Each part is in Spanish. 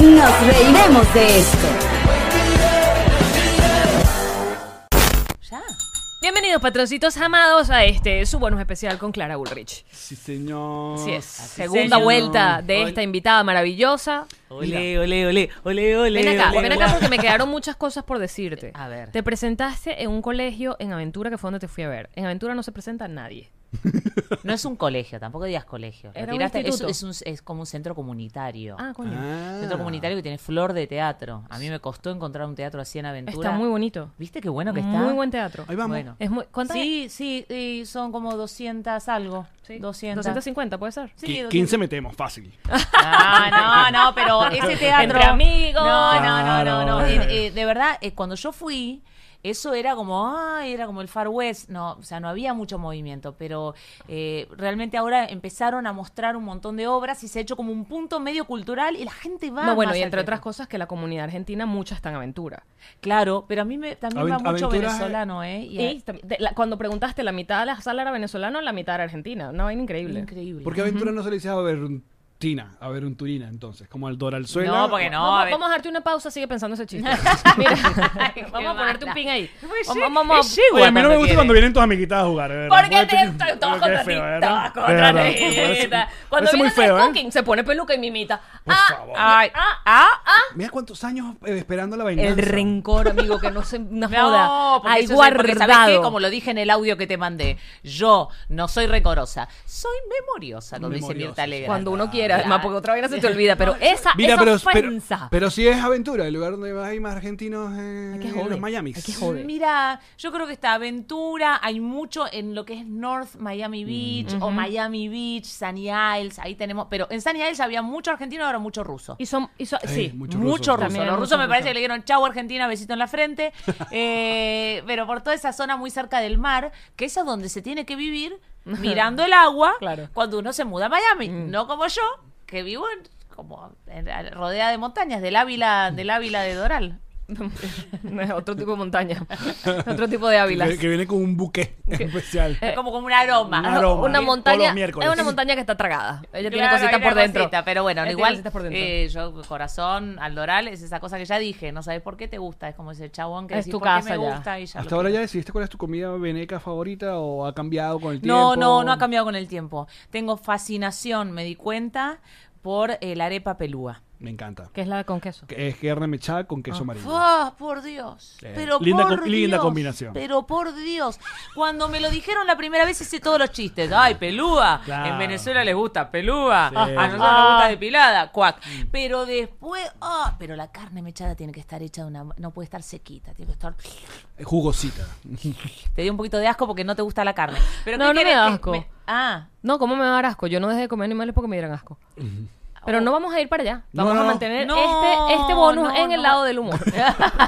Nos reiremos de esto. Bienvenidos, patrocitos amados, a este su bonus especial con Clara Ulrich. Oh, Sí, señor. Así es. Segunda Segunda vuelta de esta invitada maravillosa. Ole, ole, ole, ole, ole. Ven acá, ole, ven acá ole. porque me quedaron muchas cosas por decirte. A ver. Te presentaste en un colegio en Aventura, que fue donde te fui a ver. En Aventura no se presenta nadie. No es un colegio, tampoco digas colegio. Era un Retiraste- es, instituto. es, un, es como un centro comunitario. Ah, coño. Ah. Centro comunitario que tiene flor de teatro. A mí me costó encontrar un teatro así en Aventura. está muy bonito. ¿Viste qué bueno que está? Muy buen teatro. Ahí vamos. Bueno. Es muy, ¿Cuántas? Sí, sí, sí, son como 200 algo. Sí. 200. 250, puede ser. Sí, Qui- 200. 15 metemos, fácil. Ah, no, no, pero ese teatro. Entre amigos. No, no, no, no, Claro. no. Eh, eh, de verdad, eh, cuando yo fui. Eso era como, ay, era como el Far West, no, o sea, no había mucho movimiento, pero eh, realmente ahora empezaron a mostrar un montón de obras y se ha hecho como un punto medio cultural y la gente va. No, bueno, más y al entre otras teatro. cosas que la comunidad argentina, muchas están en Aventura. Claro, pero a mí me, también Avent- va mucho aventuras- venezolano, ¿eh? Y Y tam- de- la- cuando preguntaste, la mitad de la sala era venezolana, la mitad era argentina. Una vaina increíble. increíble. Porque aventura no se le dice averuntina, averunturina, entonces, como al Doralzuela. No, porque no. Vamos, a ver. vamos a darte una pausa, sigue pensando ese chiste. Mira, vamos a ponerte un pin ahí. Vamos, vamos, vamos. Oye, a mí no me gusta cuando vienen tus amiguitas a jugar. de verdad. Porque te Porque- estoy todos Qué contra ti, feo, ¿verdad? todos De contra verdad, ti. parece- Cuando parece muy viene feo, Andrés ¿eh? Cooking, se pone peluca y me imita. Por ah, favor. Ay, ah, ah, ah. Mira cuántos años eh, esperando la venganza. El rencor, amigo, que no se no No, joda. porque Ahí eso es- porque, ¿sabes qué? guardado. Como lo dije en el audio que te mandé, yo no soy recorosa, soy memoriosa, como dice Memoriosa, Mirta sí. Legrand. Cuando uno quiera, además, porque otra vaina se te olvida. Pero esa, Mira, esa pero, pero, ofensa. pero sí es aventura, el lugar donde hay más argentinos eh, Hay que en joder, los Miami. hay que joder. Mira, yo creo que esta aventura hay mucho en lo que es North Mm. Miami Beach o Miami Beach, Sunny Isles, ahí tenemos, pero en Sunny Isles había mucho argentino, ahora mucho ruso. Y son, y son- Ey, sí. mucho Mucho ruso. ruso. También Los mucho rusos me ruso. parece que le dieron chau Argentina, besito en la frente. Eh, pero por toda esa zona muy cerca del mar, que es a donde se tiene que vivir mirando el agua Claro. Mm. cuando uno se muda a Miami. No como yo, que vivo en- como en- rodeada de montañas, del Ávila, del Ávila de Doral. No, es otro tipo de montaña. otro tipo de ávilas. Que, que viene con un buque especial. Eh, como como un aroma. un aroma. una Todos montaña. los miércoles. Es una montaña que está tragada. Ella tiene Claro, cositas hay por una dentro. cosita, pero bueno, Ella tiene igual cositas por dentro. eh, yo corazón al Doral es esa cosa que ya dije, no sabes por qué te gusta, es como ese chabón que Es decís, tu "¿Por qué casa me ya". gusta y ya lo ¿Hasta ahora quiero. ya decidiste cuál es tu comida veneca favorita o ha cambiado con el No, tiempo? no, no ha cambiado con el tiempo. Tengo fascinación, me di cuenta, por el arepa pelúa. Me encanta. Que es la con queso. Que Es carne mechada con queso amarillo. ¡Ah, por Dios! Sí. Pero Linda por com- Dios, linda combinación. Pero por Dios. Cuando me lo dijeron la primera vez hice todos los chistes. ¡Ay, pelúa! Claro. En Venezuela les gusta pelúa. Sí. Ah. Mm. A nosotros nos gusta depilada. Cuac. Pero después... ¡Ah! Pero la carne mechada tiene que estar hecha de una... No puede estar sequita. Tiene que estar... Eh, Jugosita. Te dio un poquito de asco porque no te gusta la carne. Pero No, ¿qué no me querés da que asco. Ah. No, ¿cómo me va a dar asco? Yo no dejé de comer animales porque me dieran asco. Pero no vamos a ir para allá. Vamos No, a no. mantener No, este, este bonus no, en el no. lado del humor.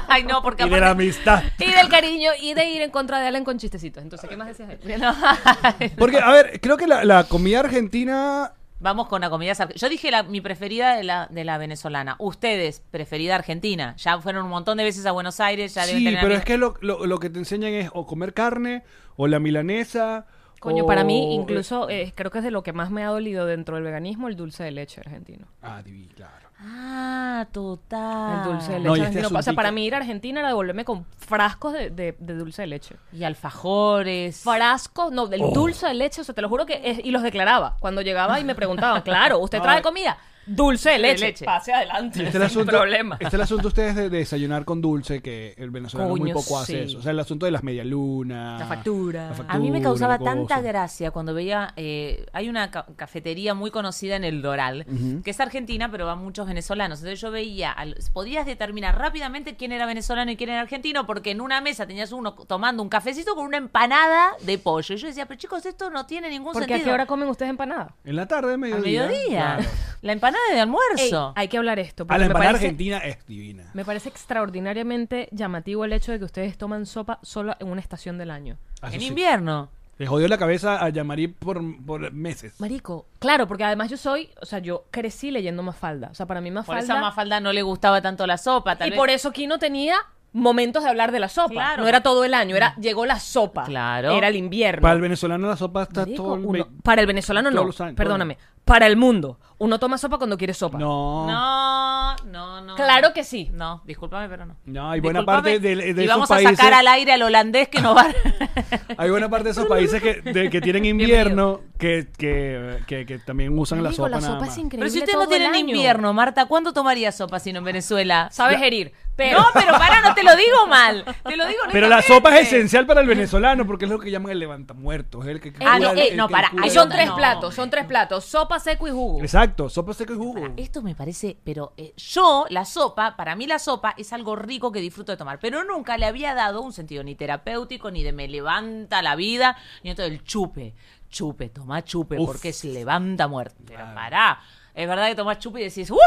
Ay, no, porque Y de la amistad. y del cariño y de ir en contra de Alan con chistecitos. Entonces, ¿qué más decías ahí? aparte- No. Porque, a ver, creo que la, la comida argentina. Vamos con la comida sar- Yo dije la- mi preferida de la, de la venezolana. Ustedes, preferida argentina. Ya fueron un montón de veces a Buenos Aires. Ya deben Sí, tener pero amigos. es que lo, lo- lo que te enseñan es o comer carne, o la milanesa. Coño, o- para mí, incluso eh, creo que es de lo que más me ha dolido dentro del veganismo el dulce de leche argentino. Ah, divino, claro. Ah, total. El dulce de leche No, y este argentino. o sea, asuntico. para mí ir a Argentina era devolverme con frascos de, de- de dulce de leche. Y alfajores. Frascos, no, del dulce de leche, o sea, te lo juro que. es- y los declaraba cuando llegaba y me preguntaban, claro, ¿usted trae Ay. comida? Dulce de leche. leche. Pase adelante. Y Es está Este el asunto, problema. Está el asunto ustedes de, de desayunar con dulce, que el venezolano muy Coño, poco hace sí. eso. O sea, el asunto de las medialunas. La factura. Ah. la A mí me causaba la cosa. tanta gracia cuando veía, eh, hay una ca- cafetería muy conocida en el Doral, que es argentina, pero va muchos venezolanos. Entonces yo veía, al- podías determinar rápidamente quién era venezolano y quién era argentino, porque en una mesa tenías uno tomando un cafecito con una empanada de pollo. Y yo decía, pero chicos, esto no tiene ningún Porque a qué sentido. hora comen ustedes empanadas? En la tarde, Al mediodía. mediodía. claro. La empanada de Ey, almuerzo. hay que hablar esto. A porque me la empanada parece- argentina es divina. Me parece extraordinariamente llamativo el hecho de que ustedes toman sopa solo en una estación del año. Ah, eso en sí. invierno. Le jodió la cabeza a Yamari por, por meses. Marico, claro, porque además yo soy, o sea, yo crecí leyendo Mafalda. O sea, para mí Por Mafalda... eso a Mafalda no le gustaba tanto la sopa. Tal y vez. por eso Kino tenía momentos de hablar de la sopa. Claro. No era todo el año, era llegó la sopa. Claro. Era el invierno. Para el venezolano la sopa está Marico, todo el uno- ve- para el venezolano no, todos los años, perdóname. Para el mundo. Uno toma sopa cuando quiere sopa. No. No, No, no, no. Claro que sí. No, discúlpame, pero no. hay buena Discúlpame, parte de, de y esos vamos países. a sacar al aire al holandés que nos va Hay buena parte de esos países que, de- que tienen invierno que, que, que- que también usan la Marico, sopa. la nada sopa más. es increíble. Pero si ustedes todo no el tienen año. invierno, Marta, ¿cuándo tomaría sopa sino en Venezuela? Sabes herir. Pero, No, pero para, no te lo digo mal. Te lo digo Pero la sopa es honestamente. esencial para el venezolano porque es lo que llaman el levantamuertos. Es el que, que Ah, no, cura- eh, el no, que para, cura ahí el- son tres No. platos, son tres platos. Sopa, seco y jugo. Exacto, sopa seca y jugo. Esto me parece, pero eh, yo, la sopa, para mí la sopa es algo rico que disfruto de tomar, pero nunca le había dado un sentido ni terapéutico, ni de me levanta la vida, ni todo el chupe, chupe, toma chupe, Uf. porque es levanta muerte. Pero Claro. pará, es verdad que tomás chupe y decís, ¡uh!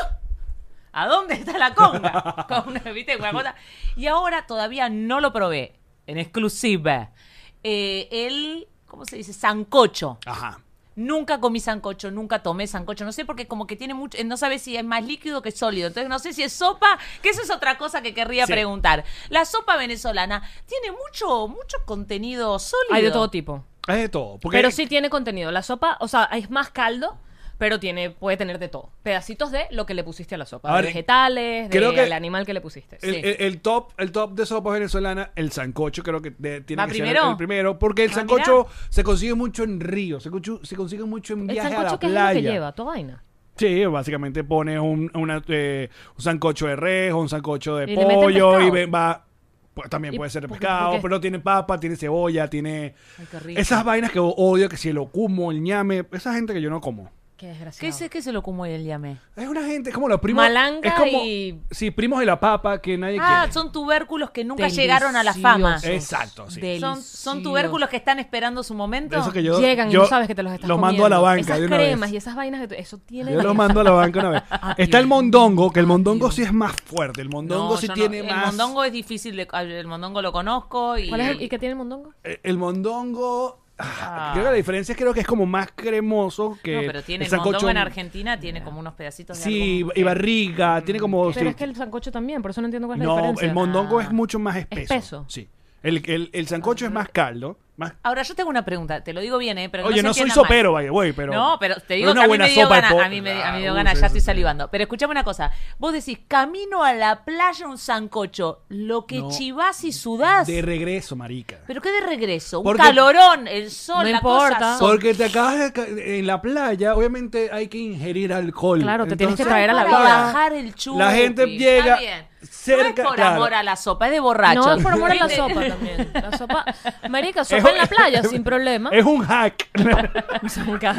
¿A dónde está la conga? Con una- ¿viste? Una cosa. Y ahora todavía no lo probé, en exclusiva. Eh, el, ¿cómo se dice? Sancocho. Ajá. Nunca comí sancocho, nunca tomé sancocho. No sé porque como que tiene mucho, eh, no sabes si es más líquido que sólido. Entonces no sé si es sopa, que eso es otra cosa que querría Sí. preguntar. La sopa venezolana tiene mucho, mucho contenido sólido. Hay de todo tipo. Es de todo. Porque Pero sí tiene contenido. La sopa, o sea, es más caldo, pero tiene, puede tener de todo. Pedacitos de lo que le pusiste a la sopa. A de ver, vegetales, creo del que- animal que le pusiste. el, Sí. el- el top, el top de sopas venezolana, el sancocho, creo que de- tiene ¿Va que ser primero? el primero. Porque el Ah, sancocho se consigue mucho en ríos, se, conchu- se consigue mucho en ¿El viajes a la sancocho qué es lo playa. que lleva? ¿Tu vaina? Sí, básicamente pones un, una, eh, un sancocho de res, un sancocho de Y le meten pollo y pescado. ve- va. pues, también Y puede ser de porque- pescado, porque- pero tiene papa, tiene cebolla, tiene. Ay, qué rico. Esas vainas que odio, que si el ocumo, el ñame, esa gente que yo no como. Qué ¿Qué desgraciado. es, qué se lo como el llamé? Es una gente, es como los primos. Malanga es como, y- Sí, primos de la papa que nadie Ah, quiere. son tubérculos que nunca llegaron a la fama. Delicioso. Exacto, Eh, sí. Del- Son, son tubérculos que están esperando su momento. De eso que yo, Llegan yo y no sabes que te los estás Los mando a la comiendo. banca Esas de una cremas vez. y esas vainas que tú- eso tiene... Yo los mando a la banca una vez. Ah, Está el mondongo, que el mondongo sí es más fuerte. El mondongo No, sí yo no. tiene el más. mondongo es difícil de- el mondongo lo conozco y ¿Cuál es el, ¿Y qué tiene el mondongo? Eh, El mondongo. ah, Creo que la diferencia es creo que es como más cremoso que. No, pero tiene Eh, el el mondongo sancocho- en Argentina tiene como unos pedacitos de Sí, algo- Mm, y barriga. Tiene como. sí. Pero es que el sancocho también, por eso no entiendo cuál es la no, diferencia. el mondongo Ah, es mucho más espeso. Espeso. Sí. El, el, el sancocho es más caldo. Más... Ahora, yo tengo una pregunta, te lo digo bien, ¿eh? Ah, Pero que Oye, se no, soy entienda mal. sopero, vaya, güey, pero. no, pero te digo una que a mí buena me dio sopa de ganas, pollo. a mí me, a mí me Ah, dio uh, ganas, sí, ya sí, estoy sí. salivando. Pero escuchame una cosa, vos decís, camino a la playa un sancocho, lo que No. chivás y sudás. De regreso, marica. pero qué de regreso, un Porque- calorón, el sol, No la importa. cosa. so- Porque te acabas de ca- en la playa, obviamente hay que ingerir alcohol. Claro, te tienes que Entonces- traer a la para vida. bajar el chupi. La gente Está llega bien. no es cerca- por claro. amor a la sopa, es de borracho. Ah. No, es por amor a la ¿Viste? sopa también. La sopa... Marica, sopa en la playa, sin problema. Es un hack. Son ca-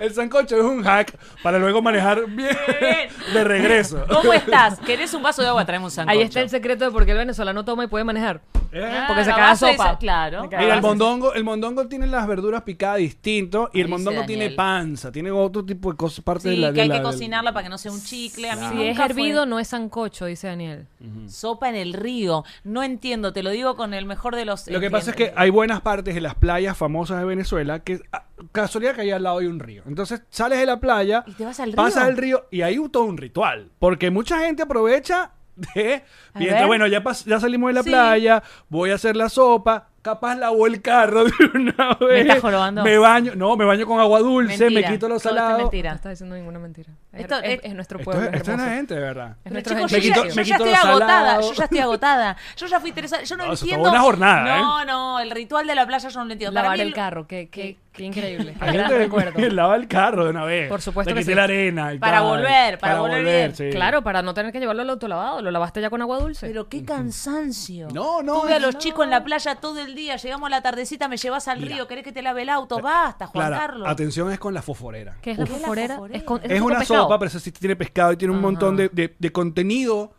El sancocho es un hack para luego manejar bien Bien. de regreso. ¿Cómo estás? ¿Querés un vaso de agua? Traeme un sancocho. Ahí está el secreto de por qué el venezolano toma y puede manejar. Eh, porque se la caga base de sopa. esa- claro. Se caga Mira, el Gracias. mondongo, el mondongo tiene las verduras picadas distinto y el Dice mondongo tiene Daniel. panza, tiene otro tipo de cosas, parte Sí, de la que hay de que la- del- cocinarla para que no sea un chicle. A mí Si es nunca fue- hervido, no es sancocho, dice Daniel. Sopa en el río. No entiendo, te lo digo con el mejor de los. Lo que pasa es que hay buenas partes de las playas famosas de Venezuela que ah, casualidad que hay al lado hay un río. Entonces sales de la playa, Y te vas al pasas río. al río y hay un- todo un ritual. Porque mucha gente aprovecha de. A Mientras, ver. bueno, ya, pas- ya salimos de la Sí. playa, voy a hacer la sopa, capaz lavo el carro de una vez. estás jorobando. Me baño, no, me baño con agua dulce, Mentira. me quito los Todo esto es salados. mentira. No estás diciendo ninguna mentira. Es, Esto es- es- es nuestro Esto, pueblo. es- es esto es la hermoso. gente, de verdad. Es Pero nuestro chicos, yo, gentilicio. quito- ya, yo me ya quito estoy los salados. agotada, yo ya estoy agotada, yo ya fui interesada, yo no, No, eso fue entiendo. una jornada, ¿eh? No, no, el ritual de la playa yo no lo entiendo. Para Lavar mí el lo- carro, qué, qué, qué increíble. Qué Hay gran gente recuerdo. que lava el carro de una vez. Por supuesto Le que quité sí. la arena y Para tal. volver, para volver bien. sí. Claro, para no tener que llevarlo al autolavado. Lo lavaste ya con agua dulce. Pero qué cansancio. No, no, Tuve a no. los chicos en la playa todo el día, llegamos a la tardecita, me llevas al Mira. río, querés que te lave el auto, basta, Juan Clara, Carlos. Atención es con la fosforera. ¿Qué es la Uf. fosforera? Es Es, con- Es tipo una pescado. sopa, pero eso sí tiene pescado y tiene un montón de, de- de contenido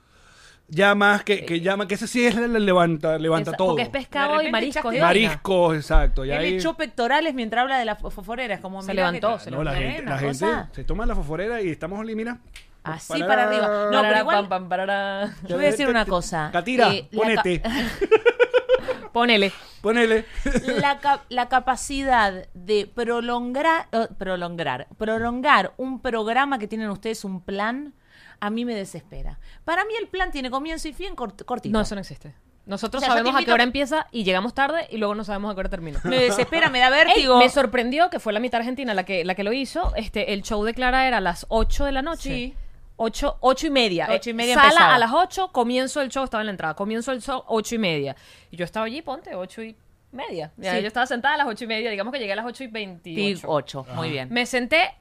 ya más que, Eh, que llama, que ese sí es el levanta, levanta Esa- todo. Porque es pescado y repente mariscos. echaste y vaina. Mariscos, exacto. Y Él ahí, echó pectorales mientras habla de la fo- fosforera, es como Se mirá levantó, que- se no, la Bueno, gente, la o gente sea, se toma la fosforera y estamos, li- mira. Así para arriba. No, pero Parará, igual- pam, pam, parará. Yo voy a decir una cosa. Catira, Eh, la ca- ponete, Ponele. ponele. la, ca- la capacidad de prolongar, eh, prolongar, prolongar un programa que tienen ustedes, un plan, a mí me desespera. Para mí el plan tiene comienzo y fin cort- cortito. No, eso no existe. Nosotros O sea, yo te sabemos a qué invito- hora empieza y llegamos tarde y luego no sabemos a qué hora termina. Me desespera, me da Ey, vértigo. me sorprendió que fue la mitad argentina la que, la que lo hizo. Este, el show de Clara era a las 8 de la noche. Sí. 8, y media. Ocho y Eh, media Sala empezaba. a las 8, comienzo el show, estaba en la entrada. Comienzo el show, 8 y media. Y yo estaba allí, ponte, 8 y media. Ya, Sí. Yo estaba sentada a las 8 y media, digamos que llegué a las 8 y 28. 8, muy bien. Me senté,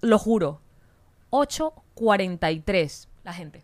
lo juro, 8.43 la gente.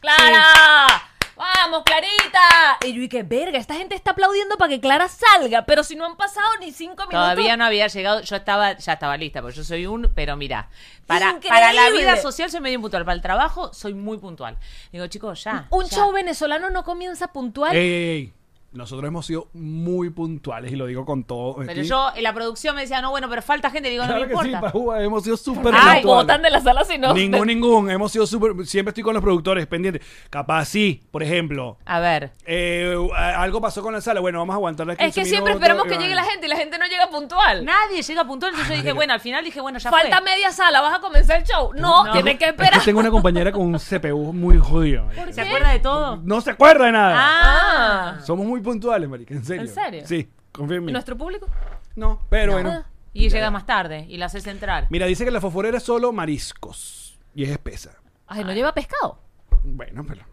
¡Clara! ¡Vamos, Clarita! Y yo dije, verga, esta gente está aplaudiendo para que Clara salga, pero si no han pasado ni cinco minutos. Todavía no había llegado, yo estaba, ya estaba lista, porque yo soy un, pero mira, para, Increíble. para la vida social soy medio puntual, para el trabajo soy muy puntual. Digo, chicos, ya. Un ya. show venezolano no comienza puntual. Ey, ey, ey. Nosotros hemos sido muy puntuales y lo digo con todo. Pero aquí. yo, en la producción me decía, no, bueno, pero falta gente, digo, no Claro me que sí, importa. Pajúa, hemos sido súper Ay, puntuales. botan de la sala si no. Ningún, ningún. Hemos sido súper. Siempre estoy con los productores pendientes. Capaz sí, por ejemplo. A ver. eh, a- algo pasó con la sala. Bueno, vamos a aguantarla. Es que siempre esperamos que llegue la gente y la gente no llega puntual. Nadie llega puntual, entonces yo dije, bueno, al final dije, bueno, ya Falta fue. media sala, vas a comenzar el show. No, tienes que esperar. tengo una compañera con un CPU muy jodido. marica. ¿Se acuerda de todo? No se acuerda de nada. Ah. Somos muy puntuales, marica. En serio. ¿En serio? Sí, confía en ¿Y mí. nuestro público? Ah. No, pero bueno. Y llega más tarde y la haces entrar. Mira, dice que la fosforera es solo mariscos y es espesa. Ay, no lleva pescado. Bueno, pero.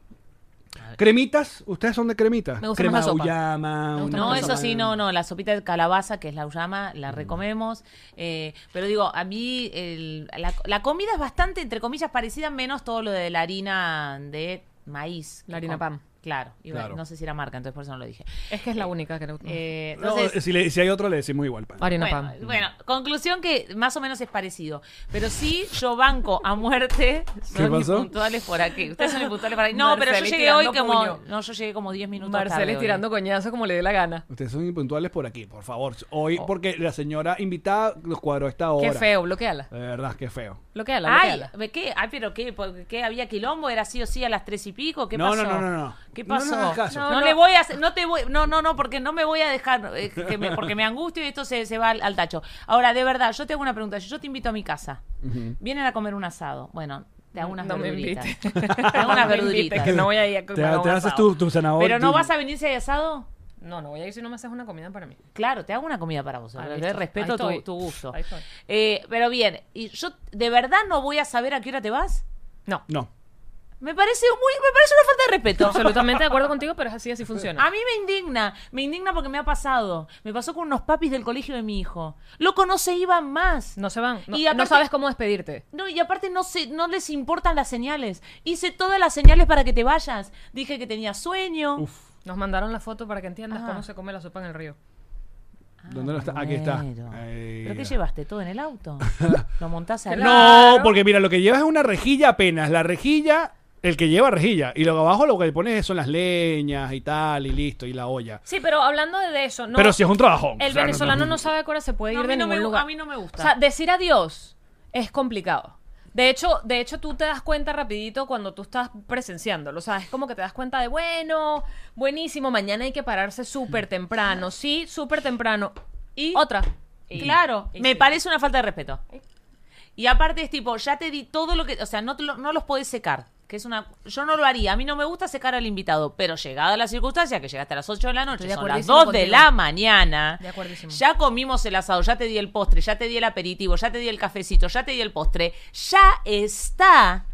Cremitas, ustedes son de cremitas. Me gusta Crema más la sopa. auyama, Me gusta una No, más cosa eso sí, más. no, Mm. no. La sopita de calabaza, que es la uyama, la recomemos. Eh, pero digo, a mí el- la, la comida es bastante, entre comillas, parecida, menos todo lo de la harina de maíz. La harina Com- pan. Claro. Mm. Y bueno, Claro. No sé si era marca, entonces por eso no lo dije. Es que es la única que no. Eh, No, entonces, si, le- si hay otro, le decimos igual. pan. Harina Bueno, pan. bueno, conclusión que más o menos es parecido. Pero sí, yo banco a muerte. ¿Qué Son pasó? impuntuales por aquí. Ustedes son impuntuales por aquí. No, pero Marceli yo llegué hoy tirando como. puño. No, yo llegué como 10 minutos tarde Marcela hoy. tirando coñazo como le dé la gana. Ustedes son impuntuales por aquí, por favor. Hoy, Oh. porque la señora invitada los cuadró a esta hora. Qué feo, bloqueala. De verdad, qué feo. Bloqueala, Ay, bloqueala. ¿qué? Ay, pero qué, ¿Por ¿qué había quilombo? ¿Era sí o sí a las tres y pico? ¿Qué No, pasó? no, no, no, no. ¿Qué No, no pasó? hagas caso. No, No, le no. voy a hacer- no te voy, no, no, no, porque no me voy a dejar, eh, que me- porque me angustio y esto se, se va al, al tacho. Ahora, de verdad, yo te hago una pregunta. Yo te invito a mi casa. Vienen a comer un asado. Bueno, te hago unas No me verduritas. invites. Te hago unas Ah, No me verduritas. invites, que no voy a ir a Te, comer a un te haces asado. tu, tu zanahoria. Pero no tu- vas a venir si hay asado. No, no voy a ir si no me haces una comida para mí. Claro, te hago una comida para vos. Ah, ¿verdad? listo. respeto Ahí tu, estoy. tu gusto. Ahí estoy. Eh, pero bien, y yo de verdad no voy a saber a qué hora te vas. No. No. Me parece muy, me parece una falta de respeto. Absolutamente de acuerdo contigo, pero es así, así funciona. A mí me indigna, me indigna porque me ha pasado. Me pasó con unos papis del colegio de mi hijo. Loco, no se iban más. No se van. No, Y no aparte- sabes cómo despedirte. No, y aparte no se, no les importan las señales. Hice todas las señales para que te vayas. Dije que tenía sueño. Uf. Nos mandaron la foto para que entiendas Ah. cómo se come la sopa en el río. ¿Dónde lo está? Aquí está. Bueno. Ahí ¿Pero qué está. llevaste? ¿Todo en el auto? ¿Lo montaste al No, porque mira, lo que llevas es una rejilla apenas. La rejilla, el que lleva rejilla. Y lo que abajo lo que le pones son las leñas y tal, y listo, y la olla. Sí, pero hablando de eso, no. Pero si es un trabajo. El venezolano no sabe a qué hora se puede No, ir a de mí no ningún me- lugar. a mí no me gusta. O sea, decir adiós es complicado. De hecho, de hecho, tú te das cuenta rapidito cuando tú estás presenciándolo. O sea, es como que te das cuenta de, bueno, buenísimo, mañana hay que pararse súper temprano. Sí, súper temprano. Y- Y otra. Claro, y me sí. parece una falta de respeto. Y aparte es tipo, ya te di todo lo que, o sea, no, te lo- no los podés secar. Que es una, yo no lo haría, a mí no me gusta secar al invitado, pero llegada la circunstancia, que llegaste a las 8 de la noche, Estoy de son las acuerdísimo 2 de contigo. la mañana, De acuerdísimo. ya comimos el asado, ya te di el postre, ya te di el aperitivo, ya te di el cafecito, ya te di el postre, ya está,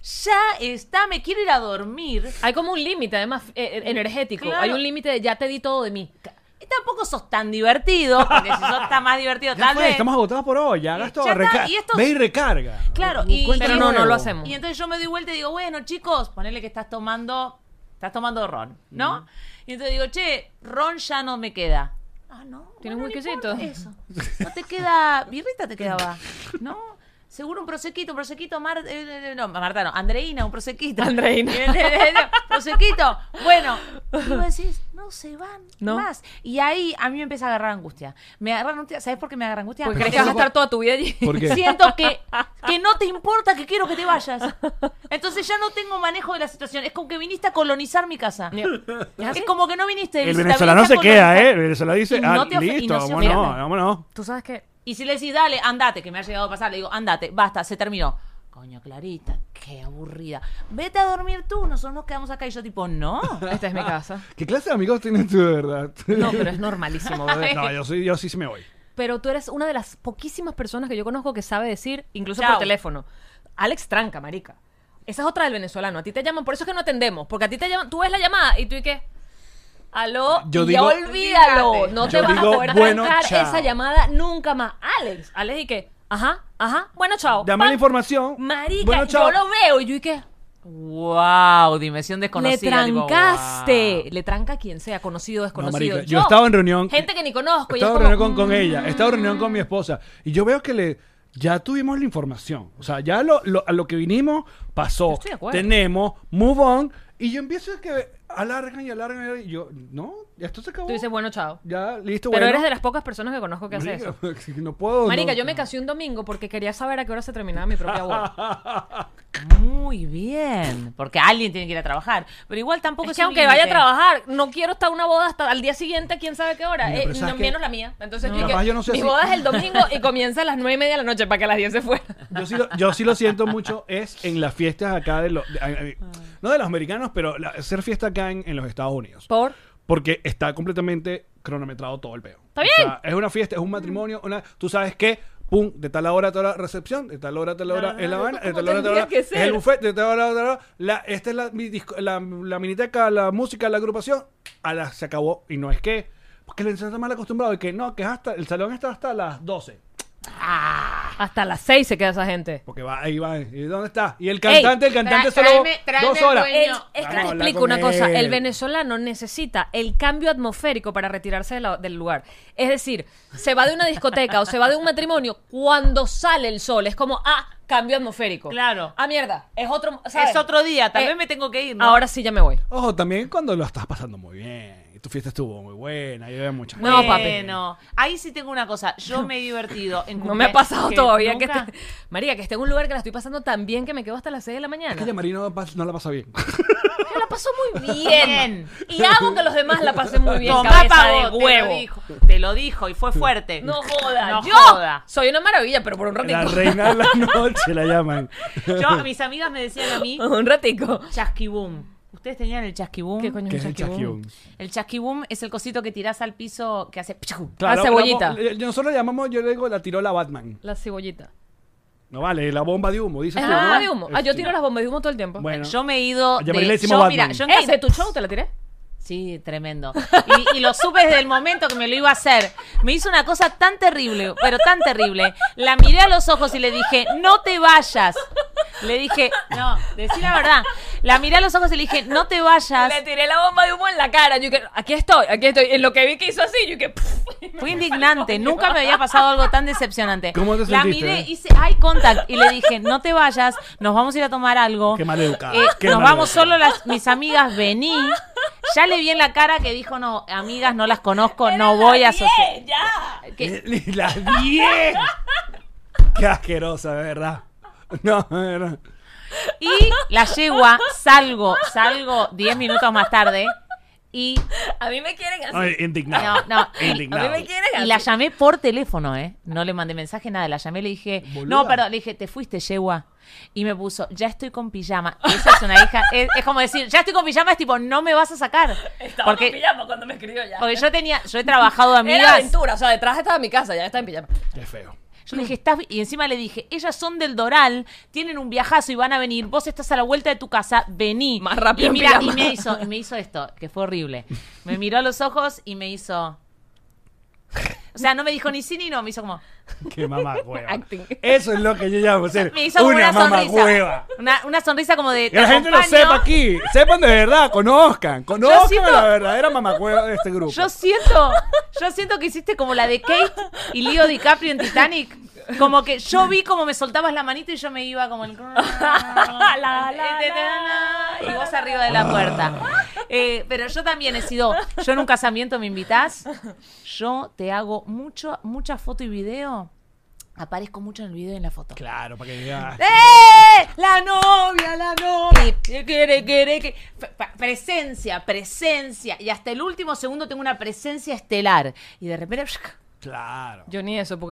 ya está, me quiero ir a dormir. Hay como un límite, además, eh, eh, energético. Claro. Hay un límite de ya te di todo de mí. Y tampoco sos tan divertido, porque si sos tan más divertido, Ya tal fue, vez. estamos agotados por hoy, ya gasto, Ya está, reca- y esto- ve y recarga. Claro, y- Cuenta Pero de no, no nuevo. lo hacemos. Y entonces yo me doy vuelta y digo, bueno, chicos, ponele que estás tomando, estás tomando ron, ¿no? Y entonces digo, che, ron ya no me queda. Ah, no. Tienes un bueno, no quesito. importa, Eso. No te queda, birrita te quedaba, ¿no? Seguro un prosequito, un prosequito, Mar- eh, eh, no, Marta no, Andreina, un prosequito. Eh, Andreina. prosequito. Bueno, y vos decís, no se van No. más. Y ahí a mí me empieza a agarrar angustia. Me agarra angustia, ¿sabes por qué me agarra angustia? Porque crees que vas a estar toda tu vida allí. ¿Por qué? Siento que, que no te importa, que quiero que te vayas. Entonces ya no tengo manejo de la situación. Es como que viniste a colonizar mi casa. Es como que no viniste. de El visita, venezolano viniste se a queda, colonizar. ¿eh? El venezolano dice, Y no ah, te ofe- y listo, no se vámonos, ofende. vámonos. Tú sabes que Y si le decís, dale, andate, que me ha llegado a pasar, le digo, andate, basta, se terminó. Coño, Clarita, qué aburrida. Vete a dormir tú, nosotros nos quedamos acá. Y yo, tipo, no. esta es mi casa. ¿Qué clase de amigos tienes tú, de verdad? No, pero es normalísimo, bebé. No, yo, sí, yo sí se me voy. Pero tú eres una de las poquísimas personas que yo conozco que sabe decir, incluso Chao. por teléfono, Alex Tranca, marica. Esa es otra del venezolano. A ti te llaman, por eso es que no atendemos. Porque a ti te llaman, tú ves la llamada y tú y qué. Aló, Yo y digo- ya olvídalo. No te Yo vas digo, a poder bueno, trancar chao. esa llamada nunca más. Alex, Alex y qué. Ajá, ajá. Bueno, chao. Dame la Pam. información. Oh, Marica, Bueno, chao. yo lo veo y yo y qué. Wow, dimensión Le desconocida. tipo, trancaste. guau. Le tranca a quien sea, conocido o No, desconocido. marica, yo estaba en reunión. Gente que ni conozco. y Estaba en es como, reunión con, con mm, ella, estaba en reunión con mi esposa. Y yo veo que le. Ya tuvimos la información. O sea, ya lo, lo- a lo que vinimos pasó. estoy de acuerdo. Tenemos, move on. Y yo empiezo a que alargan y alargan. y alargan, Y yo, no, ya esto se acabó. Tú dices, bueno, chao. ya, listo, Pero bueno. eres de las pocas personas que conozco que hace eso. Marica, No puedo. Marica, no- yo me casé un domingo porque quería saber a qué hora se terminaba mi propia boda. Muy bien. Porque alguien tiene que ir a trabajar. Pero igual tampoco Porque es que un aunque vaya a límite. trabajar, no quiero estar una boda hasta al día siguiente, quién sabe qué hora. Mira, Eh, pero ¿sabes no- qué? menos la mía. Entonces, No. yo dije, Capaz yo no sé mi si- boda es el domingo y comienza a las nueve y media de la noche para que a las 10 se fuera. Yo sí, lo, yo sí lo siento mucho, es en las fiestas acá de los. de- a- Ah. a- no de los americanos, pero la- hacer fiesta acá en, en los Estados Unidos. Por. Porque está completamente cronometrado todo el peo. Está O sea, es una fiesta, es un matrimonio, una, tú sabes que, pum, de tal hora a tal hora recepción, de tal hora a tal hora es la Habana, de tal hora a tal tendría hora que es el ser. buffet, de tal hora a tal hora, la, esta es la, mi disco- la, la miniteca, la música, la agrupación, a la, se acabó. Y no es que, porque el está mal acostumbrado y que no, que es hasta, el salón está hasta las 12. Hasta las 6 se queda esa gente. Porque va, ahí va. ¿Y dónde está? Y el cantante, el cantante tra- solo tráeme- tráeme dos el horas. dueño. El- es que Vamos te a hablar explico con una cosa. él. El venezolano necesita el cambio atmosférico para retirarse de la- del lugar. Es decir, se va de una discoteca o se va de un matrimonio cuando sale el sol. Es como, ah, cambio atmosférico. Claro. Ah, mierda. Es otro. ¿sabes? Es otro día, tal Eh, vez me tengo que ir. ¿no? Ahora sí ya me voy. Ojo, también cuando lo estás pasando muy bien. Y tu fiesta estuvo muy buena. Y había mucha No, gente. papi. Bueno, ahí sí tengo una cosa. Yo me he divertido. En No me ha cumplea- pasado todavía que nunca- esté, María, que esté en un lugar que la estoy pasando tan bien que me quedo hasta las 6 de la mañana. Es que Yamari no, pas- no la pasa bien. Yo la paso muy bien. y hago que los demás la pasen muy bien. Tomá, cabeza pavo, de huevo. Te lo, dijo, te lo dijo y fue fuerte. No joda. No yo joda. soy una maravilla, pero por un ratito. La reina de la noche la llaman. Yo, a mis amigas me decían a mí, un ratico. chasquiboom. ¿Ustedes tenían el chasquiboom? ¿Qué coño que es es un el chasquibón? chasquión. El chasquiboom es el cosito que tirás al piso que hace... pshu. Claro, Ah, cebollita. la bo- eh, nosotros la llamamos, yo le digo, la tiró la Batman. La cebollita. No vale, la bomba de humo, dices Es tú, la ¿no? bomba de humo. Ah, yo Sí. tiro las bombas de humo todo el tiempo. Bueno. Yo me he ido... A Yamari le De, decimos yo, mira, Batman. yo en Ese de tu show te la tiré. Sí, tremendo. Y, y lo supe desde el momento que me lo iba a hacer. Me hizo una cosa tan terrible, pero tan terrible. La miré a los ojos y le dije, no te vayas. Le dije, no, decí la verdad. La miré a los ojos y le dije, no te vayas. Le tiré la bomba de humo en la cara. Yo que, aquí estoy, aquí estoy. En lo que vi que hizo así, yo que. Fue indignante. Nunca me había pasado algo tan decepcionante. ¿Cómo te la sentiste, miré, eh? hice eye contact y le dije, no te vayas, nos vamos a ir a tomar algo. Qué maleducada, Eh, qué nos maleducada. vamos solo las, mis amigas, vení. Ya le vi en la cara que dijo, no, amigas, no las conozco, no voy a asociar. Las 10. Qué asquerosa, de verdad. No, de verdad. Y la yegua, salgo, salgo 10 minutos más tarde Y A mí me quieren así. Ay, indignado. No, no. Indignado. A mí me quieren así. Y la llamé por teléfono, ¿eh? No le mandé mensaje, nada. La llamé, le dije, Boluda. no, perdón, le dije, te fuiste, yegua. Y me puso, ya estoy con pijama. Esa es una hija. Es, es como decir, ya estoy con pijama, es tipo, no me vas a sacar. Estaba en Porque, pijama cuando me escribió ya. porque yo tenía, yo he trabajado Era amigas. aventura, o sea, detrás estaba mi casa, ya estaba en pijama. Qué feo. Yo le dije, estás. bi-?" Y encima le dije, ellas son del Doral, tienen un viajazo y van a venir. Vos estás a la vuelta de tu casa, vení. Más rápido Y, en mira, y pijama. me hizo, y me hizo esto, que fue horrible. Me miró a los ojos y me hizo. O sea, no me dijo ni sí ni no, me hizo como. Qué mamá hueva. Acting. Eso es lo que yo llamo ser Me hizo como una una, mamá sonrisa. hueva. Una, una sonrisa como de. Que la "Te gente lo acompaño". sepa aquí. Sepan de verdad, conozcan. Conozcan siento- a la verdadera mamacueva de este grupo. Yo siento, yo siento que hiciste como la de Kate y Leo DiCaprio en Titanic. Como que yo vi como me soltabas la manito y yo me iba como el... Eh, y vos arriba de la puerta. Eh, pero yo también he sido, yo en un casamiento me invitás, yo te hago mucho, mucha foto y video, aparezco mucho en el video y en la foto. Claro, para que diga. ¡Eh! La novia, la novia. Que quiere, quiere, que- Fe- pa- Presencia, presencia. Y hasta el último segundo tengo una presencia estelar. Y de repente. Claro. Yo ni eso, porque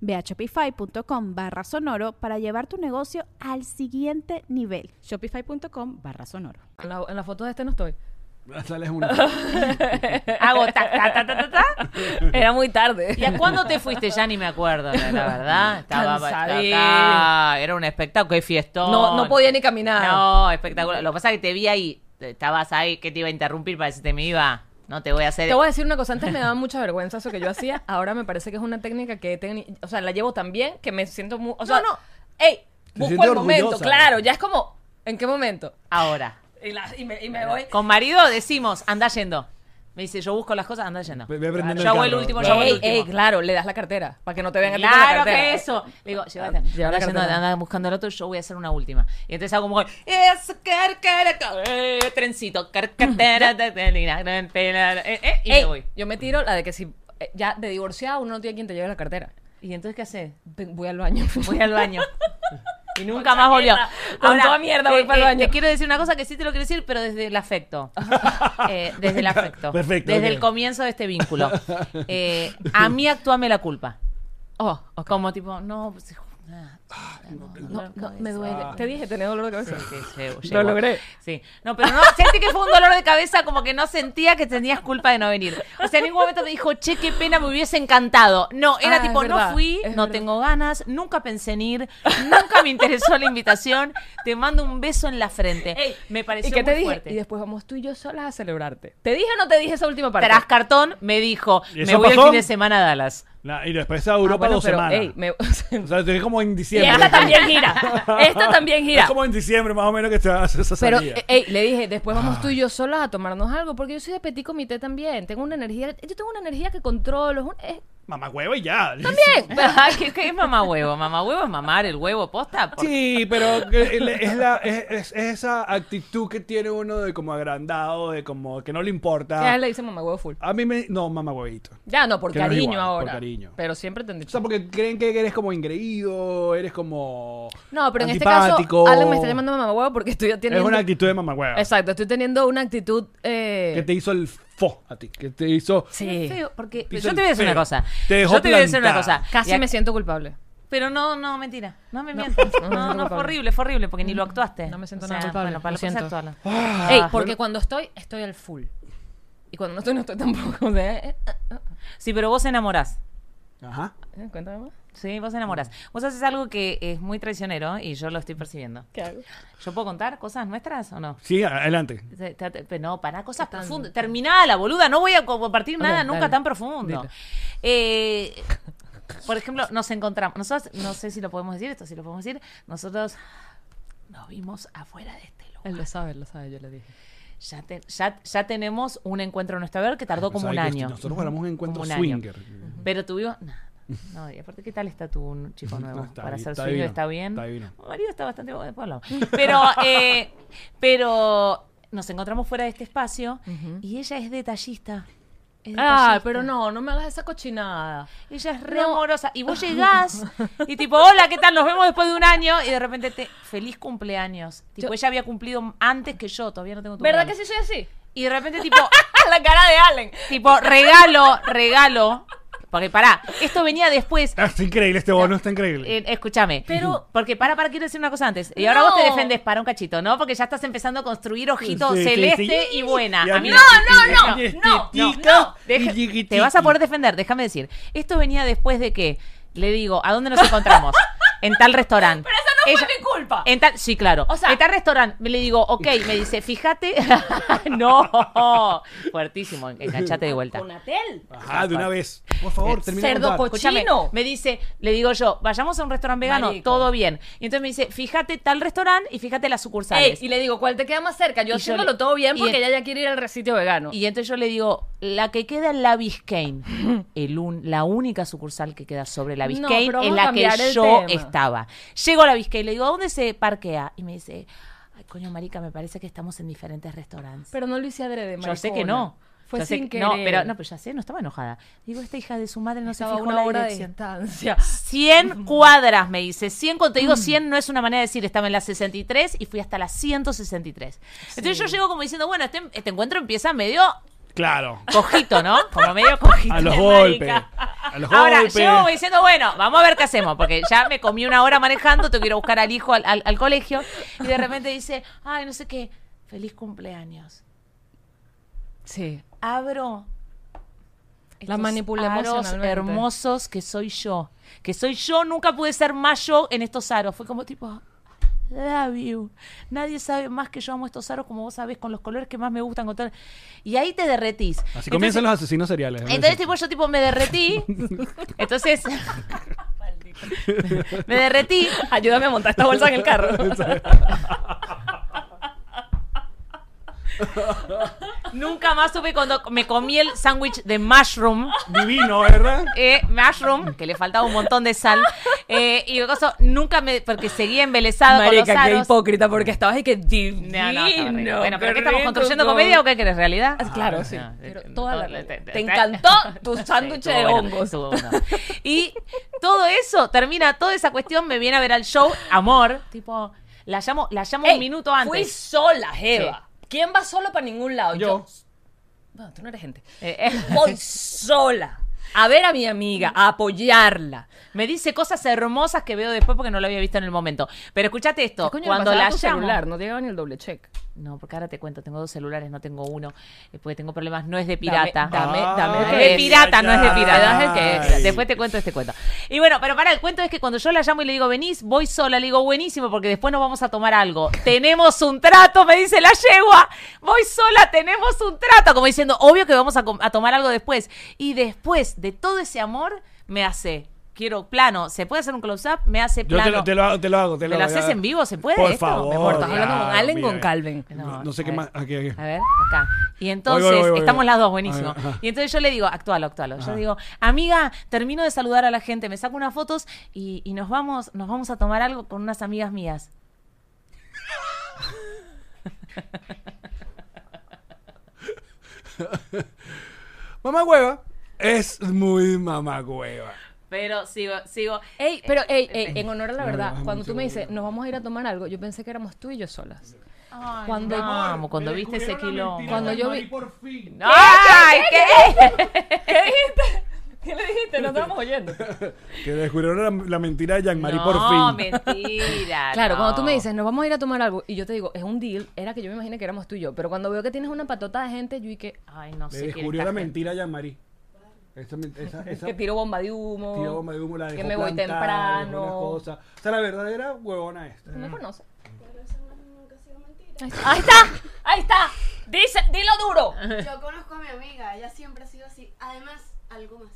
Ve a shopify.com barra sonoro para llevar tu negocio al siguiente nivel. Shopify.com barra sonoro. en la, en la foto de este no estoy. Sales una. Hago ta, ta, ta, ta, ta, ta. Era muy tarde. ¿Y a cuándo te fuiste? Ya ni me acuerdo, la, la verdad. Estaba Cansadísima. acá. Era un espectáculo. Qué fiestón. No, no podía ni caminar. No, espectacular. Lo que pasa es que te vi ahí. Estabas ahí. ¿Qué te iba a interrumpir para decirte me iba? No te voy a hacer. Te voy a decir una cosa, antes me daba mucha vergüenza eso que yo hacía, ahora me parece que es una técnica que he teni- o sea, la llevo tan bien que me siento muy, o sea, no, ey, busco sientes el momento, orgullosa. claro, ya es como, ¿en qué momento? Ahora. Y, la- y me, y me voy. Con marido decimos, anda yendo. Me dice, yo busco las cosas, anda yendo. Ve- ve prendiendo yo el hago el carro. último, yo hago el Ey, último. ey, claro, le das la cartera, para que no te vean a ti con la Claro cartera. Ah, que eso. Le digo, llévate. Lleva la Anda yendo, cartera. anda buscando el otro, yo voy a hacer una última. Y entonces hago como, es car, car, car, eh, trencito, car, cartera, ta, ta, lina, gran, tela, eh, eh, y Ey, me voy. yo me tiro la de que si eh, ya de divorciado uno no tiene quien te lleve la cartera. ¿Y entonces qué haces? Ven, voy al baño. Voy al baño. Y nunca más volvió. Con Ahora, toda mierda voy te- para el eh, baño. Te quiero decir una cosa que sí te lo quiero decir, pero desde el afecto. Eh, desde el afecto. Perfecto, Desde ok. el comienzo de este vínculo. Eh, a mí actúame la culpa. Oh, Como tipo, no, pues, hijo, ah, No, no, me duele. Te dije, tenía dolor de cabeza. sí, sí, llego, Lo llego. logré. Sí. No, pero no, sentí que fue un dolor de cabeza, como que no sentía que tenías culpa de no venir. O sea, en ningún momento me dijo, che, qué pena, me hubiese encantado. No, era Ah, tipo, es no verdad, fui, es no verdad. tengo ganas, nunca pensé en ir, nunca me interesó la invitación, te mando un beso en la frente. me pareció ¿Y qué te muy dije? fuerte. Y después vamos tú y yo solas a celebrarte. ¿Te dije o no te dije esa última parte? Ah, Tras cartón me dijo, ¿Y me eso voy el pasó? fin de semana a Dallas. y después a Ah, Europa bueno, dos pero, semanas. ey, me- O sea, estoy como en y diciembre. esta también gira. Esta también gira. Es como en diciembre más o menos que te haces esa Pero, salida. Ah. eh, ey, le dije, después vamos tú y yo solas a tomarnos algo, porque yo soy de petit comité también. Tengo una energía, yo tengo una energía que controlo. es un- es- Mamá hueva y ya. Bien. Ay, ¿Qué, Ah. qué es mamá huevo? Mamá huevo es mamar el huevo posta. Por- Sí, pero que le- es, la, es, es- es esa actitud que tiene uno de como agrandado, de como que no le Ya importa. le dice mamá huevo full. A mí me... No, mamá huevito. Ya no, por Que no es cariño igual, por ahora. cariño. Pero siempre te han O dicho. sea, porque creen que eres como ingreído, eres como No, pero en este antipático. caso, Alan me está llamando mamá huevo porque estoy Es teniendo. una actitud de mamá hueva. Exacto, estoy teniendo una actitud. eh, Que te hizo el fo a ti, que te hizo... Sí. Feo, porque Piso yo te voy a decir feo. una cosa. Te dejó yo te voy a decir una plantada. cosa. Casi Y a- me siento culpable. Pero no, no, mentira. No me mientas. no me siento No, no, fue culpable. horrible, fue horrible, porque ni lo actuaste. No me siento O sea, nada culpable, Bueno, para lo lo que siento. se actuó, Ey, Ah, porque cuando estoy, estoy al full. Y cuando no estoy, no estoy tampoco. o sea, eh, eh, no. Sí, pero vos enamorás. Ajá. Eh, Cuéntame más. Sí, vos enamorás. Vos haces algo que es muy traicionero y yo lo estoy percibiendo. ¿Qué hago? ¿Yo puedo contar cosas nuestras o no? Sí, adelante. Se- ta- ta- pe- No, para cosas profundas. Terminala, boluda. No voy a co- compartir nada dale. nunca tan profundo. Dilo. Eh, por ejemplo, nos encontramos. Nosotros, no sé si lo podemos decir, esto sí lo podemos decir. Nosotros nos vimos afuera de este lugar. Él lo sabe, él lo sabe, yo le dije. Ya, te- ya, ya tenemos un encuentro en nuestra ver que tardó como O un sea, Ah, que año. Nosotros éramos un encuentro Como un año. swinger. Pero tuvimos. No, no, y aparte, ¿qué tal está tu chico nuevo? Está Para bien, ser está suyo divino, está bien. está divino. Mi marido está bastante bueno, después hablamos. Pero, eh, pero nos encontramos fuera de este espacio y ella es detallista. Es Ah, detallista. pero no, no me hagas esa cochinada. Ella es re amorosa. Y vos llegás y tipo, hola, ¿qué tal? Nos vemos después de un año. Y de repente te, feliz cumpleaños. Tipo, Yo- ella había cumplido antes que yo, todavía no tengo tu ¿Verdad regalo. que sí soy así? Y de repente, tipo, La cara de Allen. tipo, regalo, regalo. Porque pará, esto venía después. Ah, Está increíble este bono, está increíble. Eh, escúchame, pero porque para, para, quiero decir una cosa antes. Y No. ahora vos te defendes para un cachito, ¿no? Porque ya estás empezando a construir ojito Sí, sí, celeste sí. y buena. Y a A mí- mí No, no, no, no, no, no, no. Deja- Y te vas a poder defender, déjame decir. Esto venía después de que le digo, ¿a dónde nos encontramos? En tal restaurante. Pero esa no fue mi culpa. En tal, sí, claro. O sea- en tal restaurante. Me le digo, ok, me dice, fíjate. no, fuertísimo, enganchate de vuelta. Conatel. Ajá, de una vez. Por favor, Eh, termina cerdo de contar. cochino. Escúchame, me dice, le digo yo, vayamos a un restaurante vegano, Marico. todo bien. Y entonces me dice, fíjate tal restaurante y fíjate las Ey, sucursales. Eh, y le digo, ¿cuál te queda más cerca? Yo Y yo haciéndolo le- todo bien y porque en- ella ya quiere ir al resitio vegano. Y entonces yo le digo, la que queda en la Biscayne, el un- la única sucursal que queda sobre la No, Biscayne pero vamos en a la que cambiar el yo tema. estaba. Llego a la Biscayne, le digo, ¿a dónde se parquea? Y me dice, ay, coño, marica, me parece que estamos en diferentes restaurantes. Pero no lo hice adrede, maricona. yo sé que no. Fue Yo sé sin que- querer. No, pero, no, pero ya sé, no estaba enojada. Digo, esta hija de su madre no Estaba se a fijó una la hora de dirección. distancia. 100 cuadras, me dice. 100, cuando te Mm. digo 100 no es una manera de decir, estaba en la 63 y fui hasta la 163. Entonces yo llego como diciendo, bueno, este, este encuentro empieza medio Claro. cojito, ¿no? Como medio cojito. A los marica. golpes. A los Ahora, golpes. llego como diciendo, bueno, vamos a ver qué hacemos, porque ya me comí una hora manejando, te quiero buscar al hijo al, al- al colegio, y de repente dice, ay, no sé qué, feliz cumpleaños. Sí. Abro La estos manipulé aros emocionalmente. hermosos que soy yo. Que soy yo, nunca pude ser más yo en estos aros. Fue como tipo, love you. Nadie sabe más que yo amo estos aros como vos sabés, con los colores que más me gustan. Con tal. Y ahí te derretís. Así comienzan entonces, los asesinos seriales. déjame entonces, tipo, decirte. yo tipo me derretí. Entonces... me derretí. Ayúdame a montar esta bolsa en el carro. Nunca más supe cuando me comí el sándwich de mushroom. Divino, ¿verdad? eh, mushroom, que le faltaba un montón de sal. eh, y luego eso nunca me. porque seguía embelesada con los Marica, qué aros. hipócrita, porque estabas y que divino. No, no, estaba rico. bueno, pero qué ¿qué estamos rico, construyendo con- comedia o qué querés? ¿Realidad? Ah, claro, Ah, sí. no, Pero eh, toda todo- la- te- te encantó tu Sí, sándwich estuvo de bueno, hongos. estuvo bueno. Y todo eso termina, toda esa cuestión me viene a ver al show Amor. Tipo, la llamo, la llamo Ey, un minuto antes. Fui sola, Jeva. ¿Quién va solo para ningún lado? Yo. Bueno, tú no eres gente. Eh, eh. Voy sola a ver a mi amiga, a apoyarla. Me dice cosas hermosas que veo después porque no lo había visto en el momento. Pero escuchate esto, ¿Qué coño cuando le pasaba la a tu llamo, celular, no llegaba ni el doble check. No, porque ahora te cuento, tengo dos celulares, no tengo uno, eh, porque tengo problemas, no es de pirata. Dame, Ah, dame. Es dame ay, de pirata, ay, no es de ay. pirata. Me das el que es. Después te cuento este cuento. Y bueno, pero para el cuento es que cuando yo la llamo y le digo, venís, voy sola, le digo, buenísimo, porque después nos vamos a tomar algo. Tenemos un trato, me dice la yegua. Voy sola, tenemos un trato. Como diciendo, obvio que vamos a, com- a tomar algo después. Y después de todo ese amor, me hace, quiero plano, ¿se puede hacer un close-up? Me hace Yo te plano. lo, te lo hago, te lo hago. Te ¿Me lo, lo hago, haces ya. en vivo? ¿Se puede Por esto? favor. Me muero, Estás hablando con claro, Allen, mira. con Calvin. No, No, no sé a qué ver. más. Aquí, aquí. A ver, acá. Y entonces, voy, voy, voy. estamos las dos, buenísimo. Ajá, ajá. Y entonces yo le digo, actualo, actualo. Ajá. Yo digo, amiga, termino de saludar a la gente, me saco unas fotos y, y nos vamos, nos vamos a tomar algo con unas amigas mías. Mamá hueva es muy mamá hueva. Pero sigo, sigo. Ey, pero ey, ey, en honor a la No, verdad, no, cuando no, tú me no, dices, no. nos vamos a ir a tomar algo, yo pensé que éramos tú y yo solas. cuando Cuando- vamos, cuando viste ese kilo. Cuando yo vi- Por fin. ¡Ay, qué! ¿Qué dijiste? ¿Qué le dijiste? No estábamos oyendo. Que descubrieron la, la mentira de Jean-Marie por fin. No, mentira. Claro, no. cuando tú me dices, nos vamos a ir a tomar algo, y yo te digo, es un deal, era que yo me imaginé que éramos tú y yo, pero cuando veo que tienes una patota de gente, yo y que, Ay, no Le sé quién descubrió la está gente. mentira a Jean-Marie. Esa, esa, esa Que tiro bomba de humo. tía bomba de humo la que dejó me voy plantada, temprano. alguna cosa. O sea, la verdadera huevona esta. ¿No me conoce? Pero eso no- nunca ha sido mentira. ¡Ahí está! ¡Ahí está! Dice, dilo duro. Yo conozco a mi amiga, ella siempre ha sido así. Además, algo más,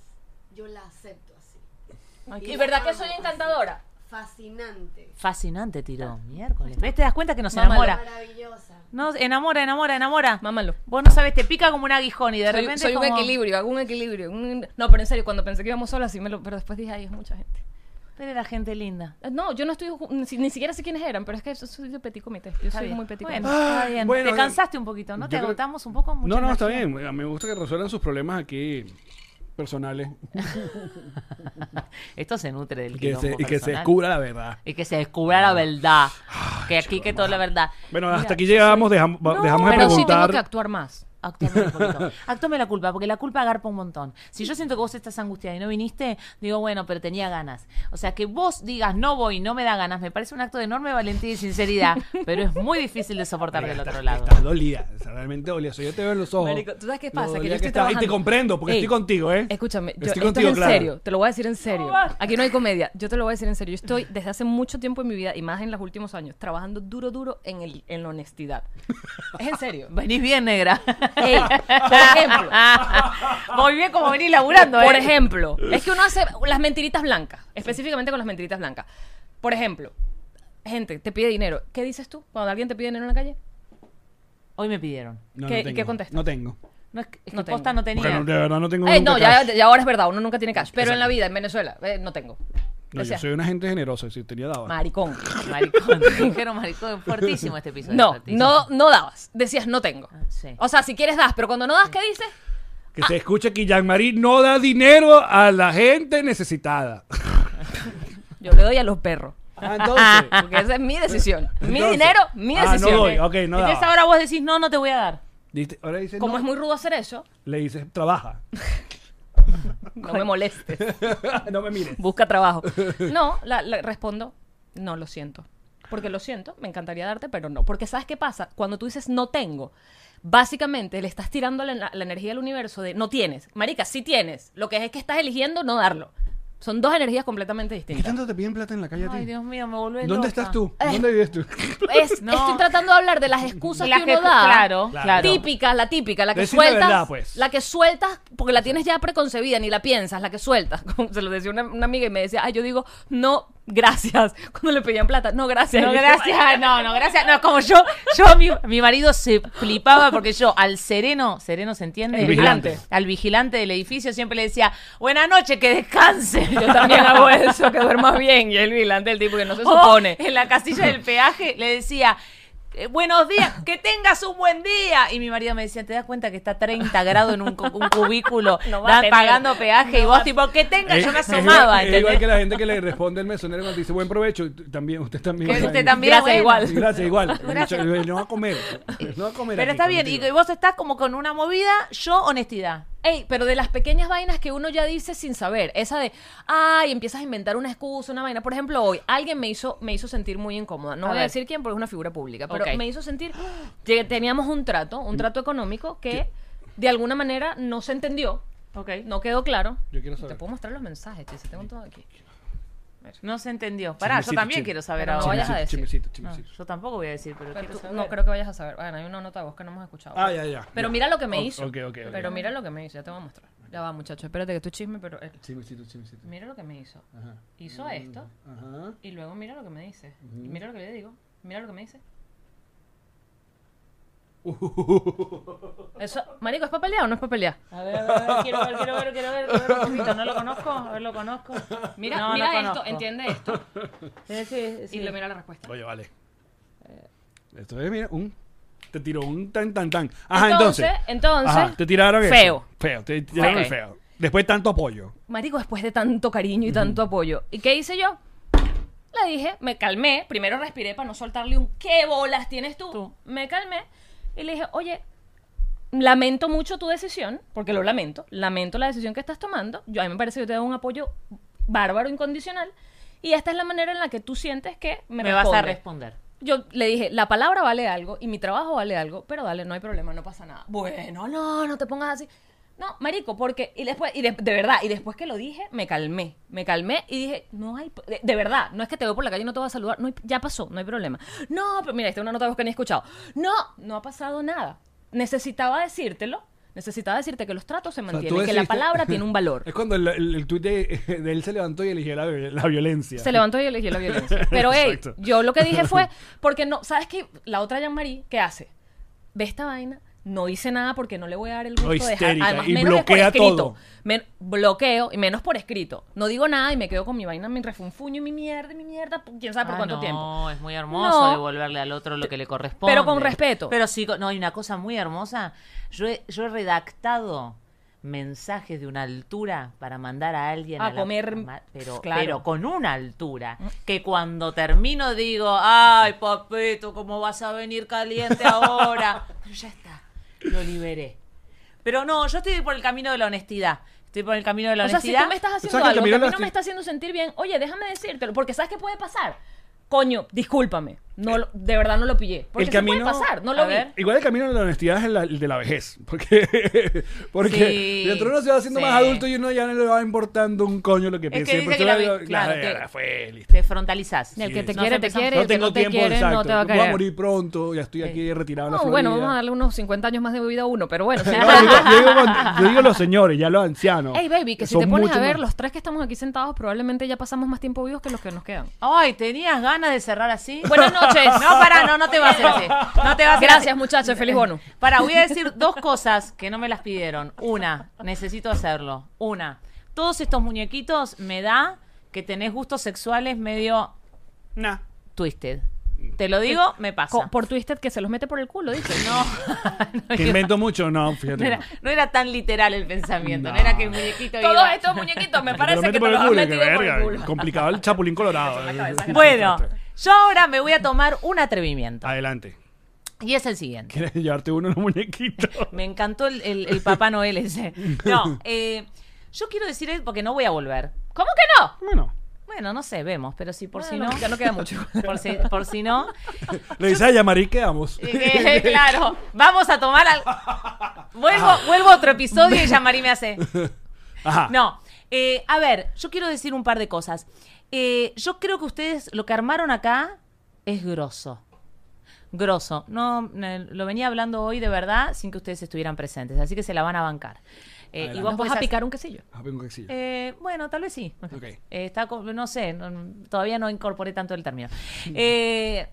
yo la acepto así. ¿Y verdad que soy encantadora? Fascinante. Fascinante, tiró. Miércoles. ¿Ves? Te das cuenta que nos enamora. Maravillosa. No, enamora, enamora, enamora. Mámalo. Vos no sabes, te pica como un aguijón y de soy, repente. soy es un como- equilibrio, hago un equilibrio. un- No, pero en serio, cuando pensé que íbamos solas, sí me lo... Pero después dije, ay, es mucha gente. Pero la gente linda. Eh, No, yo no estoy... ju- Ni, si- ni siquiera sé quiénes eran, pero es que yo soy de petit comité. Yo Está soy bien. muy petit Bueno, comité. está bien. Ah, bueno, te cansaste un poquito, ¿no? yo Te creo- agotamos un poco. mucha No, no, está energía. bien. Me gusta que resuelvan sus problemas aquí personales. Esto se nutre del Y que, quilombo se, y que se personal. descubra Ah, la verdad. Y que se descubra la verdad. que aquí que toda la verdad. Bueno, hasta aquí llegamos, dejam- va- No, dejamos de Pero sí tengo preguntar. que actuar más. Actuame un poquito. Actuame la culpa, porque la culpa agarpa un montón. Si yo siento que vos estás angustiada y no viniste, digo, bueno, pero tenía ganas. O sea, que vos digas, no voy, no me da ganas, me parece un acto de enorme valentía y sinceridad, pero es muy difícil de soportar del otro lado. Estás dolida, o sea, realmente dolida. O sea, yo te veo en los ojos. Marico, ¿tú sabes qué lo pasa? Que dolida yo estoy estás. Y te trabajando. comprendo, porque Ey, estoy contigo, ¿eh? Escúchame, yo, Estoy esto contigo, es en claro. serio, te lo voy a decir en serio. Aquí no hay comedia, yo te lo voy a decir en serio. Yo estoy desde hace mucho tiempo en mi vida, y más en los últimos años, trabajando duro, duro en, el, en la honestidad. Es en serio. Venís bien, negra. Ey, por ejemplo, Voy bien como venís laburando, Por ¿eh? ejemplo, es que uno hace las mentiritas blancas, específicamente con las mentiritas blancas. Por ejemplo, gente te pide dinero. ¿Qué dices tú cuando alguien te pide dinero en la calle? Hoy me pidieron. No, no ¿Qué- tengo, qué contestas? No tengo. No es que, es No que posta tengo. no tenía. Porque no, de verdad no tengo Eh, nunca no, ya, cash. ya ahora es verdad, uno nunca tiene cash. Pero en la vida, en Venezuela, eh, no tengo. No, O sea, yo soy una gente generosa, si tenía daba. maricón. Maricón, dijeron maricón, fuertísimo este episodio. No, fuertísimo. no, no dabas. Decías, no tengo. Ah, sí. O sea, si quieres das, pero cuando no das, ¿qué dices? Ah. Que se escuche que Jean-Marie no da dinero a la gente necesitada. Yo le doy a los perros. Ah, entonces. Porque esa es mi decisión. Mi Entonces, dinero, mi ah, no decisión. doy, ok, no Entonces daba. ahora vos decís, no, no te voy a dar. Dice- Ahora dice, Como no, es muy rudo hacer eso, le dices, trabaja. no me molestes. no me mires. Busca trabajo. No, la, la- respondo, no lo siento. Porque lo siento, me encantaría darte, pero no. Porque ¿sabes qué pasa? Cuando tú dices no tengo, básicamente le estás tirando la, la energía al universo de no tienes. Marica, sí tienes. Lo que es que estás eligiendo no darlo. Son dos energías completamente ¿Qué distintas. tanto te piden plata en la calle a ti? Ay, Dios mío, me volvés ¿Dónde loca. estás tú? Eh. ¿Dónde vives tú? Es- No. Estoy tratando de hablar de las excusas La que que- uno da. claro, claro. Típica, la típica, la que Decir la sueltas. verdad, pues. La que sueltas, porque la tienes ya preconcebida, ni la piensas, la que sueltas. Como se lo decía una, una amiga y me decía, ay, yo digo, no, gracias. Cuando le pedían plata, no, gracias. No, Y yo, gracias, no, no, gracias. No, como yo, yo, mi, mi marido se flipaba porque yo al sereno, sereno se entiende, El vigilante. Al, al vigilante del edificio siempre le decía, buena noche, que descanse. Yo también hago eso, que duermas bien. Y el vigilante, el tipo que no se O, supone. En la casilla del peaje le decía, "Eh, buenos días, que tengas un buen día. Y mi marido me decía, ¿te das cuenta que está 30 grados en un, cu- un cubículo No va a dan- tener. pagando peaje? y vos tipo, que tengas, yo me asomaba. Eh, Es igual, es igual ¿entendés? que la gente que le responde el mesonero cuando dice buen provecho. y tú- También, usted también. Que usted Ay, también, Gracias, bueno. igual. Sí, Gracias, igual. eh, Gracias. No va a comer. No va a comer. aquí Pero está bien, y contigo. y vos estás como con una movida, yo honestidad. Ey, pero de las pequeñas vainas que uno ya dice sin saber, esa de, ay, empiezas a inventar una excusa, una vaina. Por ejemplo, hoy alguien me hizo, me hizo sentir muy incómoda. No A voy a ver. decir quién porque es una figura pública, pero Ok. Mm. me hizo sentir que teníamos un trato, un trato económico que de alguna manera no se entendió, Ok. no quedó claro. Yo quiero saber. Te puedo mostrar los mensajes, si tengo todo aquí. No se entendió. Pará, yo Chismecito, también chisme. quiero saber Pero no ahora. vayas a decir. Chismecito, No, chismecito. yo tampoco voy a decir, pero Pero quiero tú- saber. no creo que vayas a saber. Bueno, hay una nota de voz que no hemos escuchado. Ah, ya, ya. Pero Ya. mira lo que me Ok, hizo. ok, ok, ok. Pero mira lo que me hizo, ya te voy a mostrar. Ya va, muchacho, espérate que tu chisme, pero eh, Chismecito, chismecito. mira lo que me hizo. Ajá. Hizo esto. Ajá. Y luego mira lo que me dice. Y Mira lo que le digo. Mira lo que me dice. Eso, marico, ¿es papelea o no es papelea? A ver, a ver, a ver, quiero ver, quiero ver, quiero ver, quiero ver un poquito. ¿No lo conozco? A ver, lo conozco. Mira, No, no mira esto, conozco. entiende esto. Sí, sí, sí. Y le mira la respuesta. Oye, vale. Eh. Esto es, mira, un. Te tiró un tan tan tan. Ajá, entonces. Entonces, entonces, Ajá, te tiraron eso. feo. Feo, te tiraron el Ok. feo. Después tanto apoyo. Marico, después de tanto cariño y tanto apoyo. ¿Y qué hice yo? Le dije, me calmé. Primero respiré para no soltarle un ¿qué bolas tienes tú? Tú. Me calmé. Y le dije, oye, lamento mucho tu decisión, porque lo lamento. Lamento la decisión que estás tomando. Yo, a mí me parece que yo te doy un apoyo bárbaro, incondicional. Y esta es la manera en la que tú sientes que me, Me, vas a respondes. responder. Yo le dije, la palabra vale algo y mi trabajo vale algo, pero dale, no hay problema, no pasa nada. Bueno, no, no te pongas así. No, marico, porque. Y después, y de, de verdad, y después que lo dije, me calmé. Me calmé y dije, no hay. p- De, de verdad, no es que te veo por la calle y no te voy a saludar. No hay- ya pasó, no hay problema. No, pero mira, esta es una nota de voz que ni he escuchado. No, no ha pasado nada. Necesitaba decírtelo. Necesitaba decirte que los tratos se O sea, tú mantienen, que la decidiste- palabra tiene un valor. Es cuando el, el, el tuit de, de él se levantó y eligió la, la violencia. Se levantó y eligió la violencia. Pero, hey, Exacto. yo lo que dije fue, porque no, ¿sabes qué? La otra Jean-Marie, ¿qué hace? Ve esta vaina, no dice nada porque no le voy a dar el gusto No, de dejar. histérica, Además, y menos es por bloquea escrito. todo. Men- bloqueo, y menos por escrito. No digo nada y me quedo con mi vaina, mi refunfuño y mi mierda, y mi mierda, quién sabe por Ah, cuánto no, tiempo. es muy hermoso No. devolverle al otro lo que le corresponde. pero con respeto. Pero sí, con- no, hay una cosa muy hermosa. Yo he, yo he redactado mensajes de una altura para mandar a alguien A la- comer, ma- pero, claro. Mm. pero con una altura. Que cuando termino digo, ay, papito, ¿cómo vas a venir caliente ahora? Pero ya está, lo liberé. Pero no, yo estoy por el camino de la honestidad. Estoy por el camino de la O sea, si honestidad. tú me estás sea, haciendo que algo que a también mí no hablaste- me está haciendo sentir bien, oye, déjame decírtelo, porque ¿sabes qué puede pasar? Coño, discúlpame, no, lo- de verdad no lo pillé. Porque el sí camino- puede pasar, no a lo vi. ver. Igual el camino de la honestidad es el, el de la vejez. Porque, porque Sí, mientras uno se va haciendo sí. más adulto y uno ya no le va importando un coño lo que Es piensa. que Y dice después que tú la ves, vi- claro, "Ah, que- ya fue, listo". Te frontalizás. El que te Nos quiere, te empezamos- quiere, No que tengo no te tiempo, quiere, no exacto. te va a Voy a querer. morir pronto, ya estoy aquí retirado en la No, bueno, Florida. vamos a darle unos 50 años más de vida a uno, pero bueno. o sea, No, yo, digo- yo digo cuando- yo digo los señores, ya los ancianos. Ey, baby, que si Son te pones a mucho ver, más- los tres que estamos aquí sentados probablemente ya pasamos más tiempo vivos que los que nos quedan. Ay, ¿tenías ganas de cerrar así? Buenas noches. No, pará, no, no te vas a hacer así. No te vas a hacer Gracias, así. muchachos. Feliz bono. Pará, voy a decir dos cosas que no me las pidieron. Una, necesito hacerlo. Una, todos estos muñequitos me da que tenés gustos sexuales medio Nah. twisted. Te lo digo, me Co- pasa. Por Twisted que se los mete por el culo, dice. No, no Que era, invento mucho, no, no fíjate. era- no era tan literal el pensamiento. No, No. era que el muñequito Todos iba- estos muñequitos me Que te lo parece que mete te por el los han culo, que metido por el verga. culo. Complicado el chapulín colorado. Bueno, yo ahora me voy a tomar un atrevimiento. Adelante. Y es el siguiente. ¿Quieres llevarte uno en un muñequito? Me encantó el, el- el Papá Noel ese. No, eh, yo quiero decir es porque no voy a volver. ¿Cómo que no? Bueno. Bueno, no sé, vemos, pero si por si Bueno, no. ya no queda mucho. Por si, por si no. Le dice a Yamari, quedamos. eh, eh, claro, vamos a tomar al. Vuelvo, vuelvo a otro episodio y ya Mari me hace. Ajá. No, eh, a ver, yo quiero decir un par de cosas. Eh, yo creo que ustedes lo que armaron acá es grosso. Grosso. No, no, lo venía hablando hoy de verdad sin que ustedes estuvieran presentes, así que se la van a bancar. Eh, Adelante. y vos Nos vas a podés picar un quesillo. Ah, vengo que sí. eh, bueno, tal vez sí. Ok. Eh, está, co- no sé, no- todavía no incorporé tanto el término. Eh,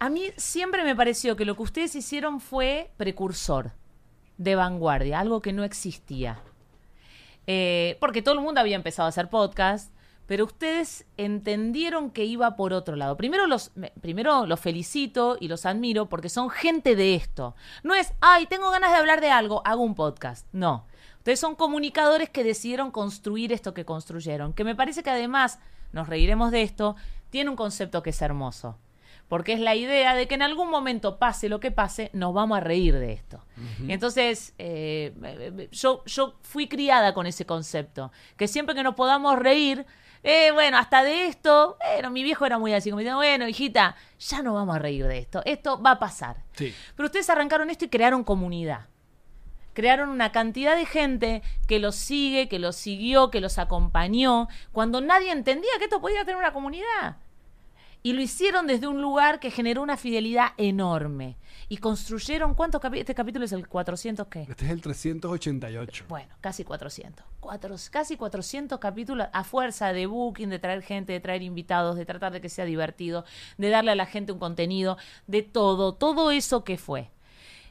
a mí siempre me pareció que lo que ustedes hicieron fue precursor de vanguardia, algo que no existía. Eh, porque todo el mundo había empezado a hacer podcast, pero ustedes entendieron que iba por otro lado. Primero los, me- primero los felicito y los admiro porque son gente de esto. No es, ay, tengo ganas de hablar de algo, hago un podcast. No. Ustedes son comunicadores que decidieron construir esto que construyeron, que me parece que además, nos reiremos de esto, tiene un concepto que es hermoso. Porque es la idea de que en algún momento, pase lo que pase, nos vamos a reír de esto. Y entonces, eh, eh, eh, yo, yo fui criada con ese concepto. Que siempre que nos podamos reír, eh, bueno, hasta de esto, bueno, mi viejo era muy así, como diciendo, bueno, hijita, ya no vamos a reír de esto. Esto va a pasar. Sí. Pero ustedes arrancaron esto y crearon comunidad. Crearon una cantidad de gente que los sigue, que los siguió, que los acompañó, cuando nadie entendía que esto podía tener una comunidad. Y lo hicieron desde un lugar que generó una fidelidad enorme. Y construyeron, ¿cuántos capítulos? Este capítulo es el 400 qué? Este es el 388. Bueno, casi 400. Cuatro- casi 400 capítulos a fuerza de booking, de traer gente, de traer invitados, de tratar de que sea divertido, de darle a la gente un contenido, de todo, todo eso que fue.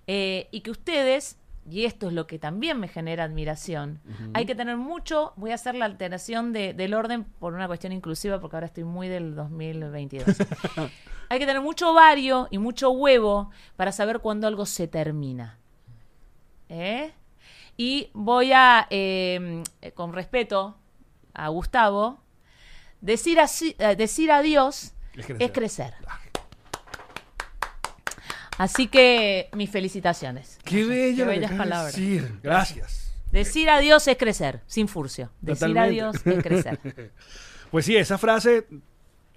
Eh, y que ustedes, y esto es lo que también me genera admiración, hay que tener mucho, voy a hacer la alteración de- del orden por una cuestión inclusiva, porque ahora estoy muy del 2022. hay que tener mucho ovario y mucho huevo para saber cuándo algo se termina. ¿Eh? Y voy a, eh, con respeto a Gustavo, decir, así, eh, decir adiós Es es crecer. crecer. Así que mis felicitaciones. Qué bello. lo que bellas acabas de palabras. decir. Gracias. Decir adiós es crecer, sin furcio. Decir Totalmente. adiós es crecer. Pues sí, esa frase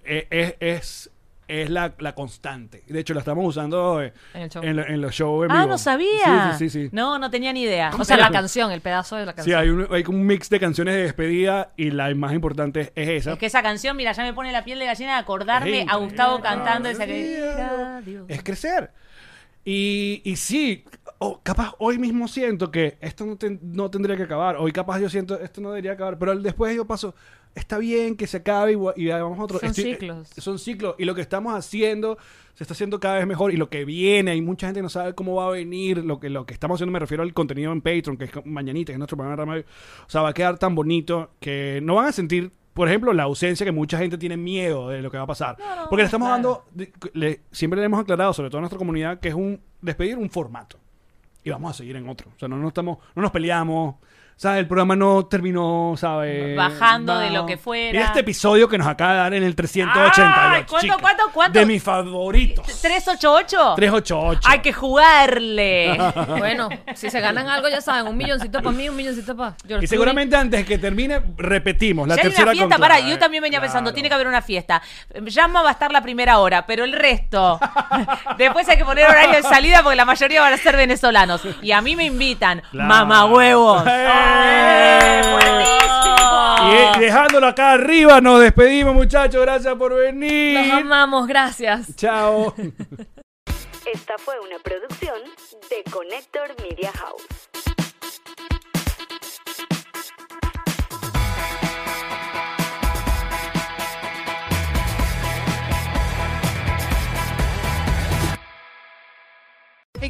eh, es, es es la, la constante. De hecho, la estamos usando eh, En el show. la- en los shows en Ah, vivo. no sabía. Sí, sí, sí. sí. No, no tenía ni idea. O sea, la canción, el pedazo de la Sí, canción. hay un, hay un mix de canciones de despedida y la más importante es esa. Es que esa canción, mira, ya me pone la piel de gallina de acordarme Ey, a Gustavo eh, cantando ah, esa que... sí, Es crecer. Y, y sí, o capaz hoy mismo siento que esto no, ten- no tendría que acabar. Hoy capaz yo siento esto no debería acabar. Pero al- después yo paso, está bien que se acabe y, gua- y hagamos otro. Son eh, ciclos. son ciclos. Y lo que estamos haciendo se está haciendo cada vez mejor. Y lo que viene, y mucha gente no sabe cómo va a venir. Lo que, lo que estamos haciendo, me refiero al contenido en Patreon, que es mañanita, que es nuestro programa de radio. O sea, va a quedar tan bonito que no van a sentir. Por ejemplo, la ausencia que mucha gente tiene miedo de lo que va a pasar. Porque le estamos dando, de- le- siempre le hemos aclarado, sobre todo a nuestra comunidad, que es un despedir un formato y vamos a seguir en otro. O sea, no, no estamos, no nos peleamos. ¿Sabes? El programa no terminó, ¿sabes? Bajando de lo que fuera. Mira este episodio que nos acaba de dar en el 388. Ay, ¿cuánto, chica. cuánto, cuánto? De mis favoritos. ¿388? 388. Hay que jugarle. Bueno, si se ganan algo, ya saben, un milloncito para mí, un milloncito para George Y seguramente antes que termine, repetimos la ya hay tercera una fiesta, contra- para, yo también venía pensando, Claro. eh, tiene que haber una fiesta. Llama va a estar la primera hora, pero el resto. Después hay que poner horario de salida porque la mayoría van a ser venezolanos. Y a mí me invitan, Claro. mamá huevos. ¡Eh! Y eh, dejándolo acá arriba, nos despedimos, muchachos. Gracias por Los venir. amamos, gracias. Chao. Esta fue una producción de Connector Media House. Hey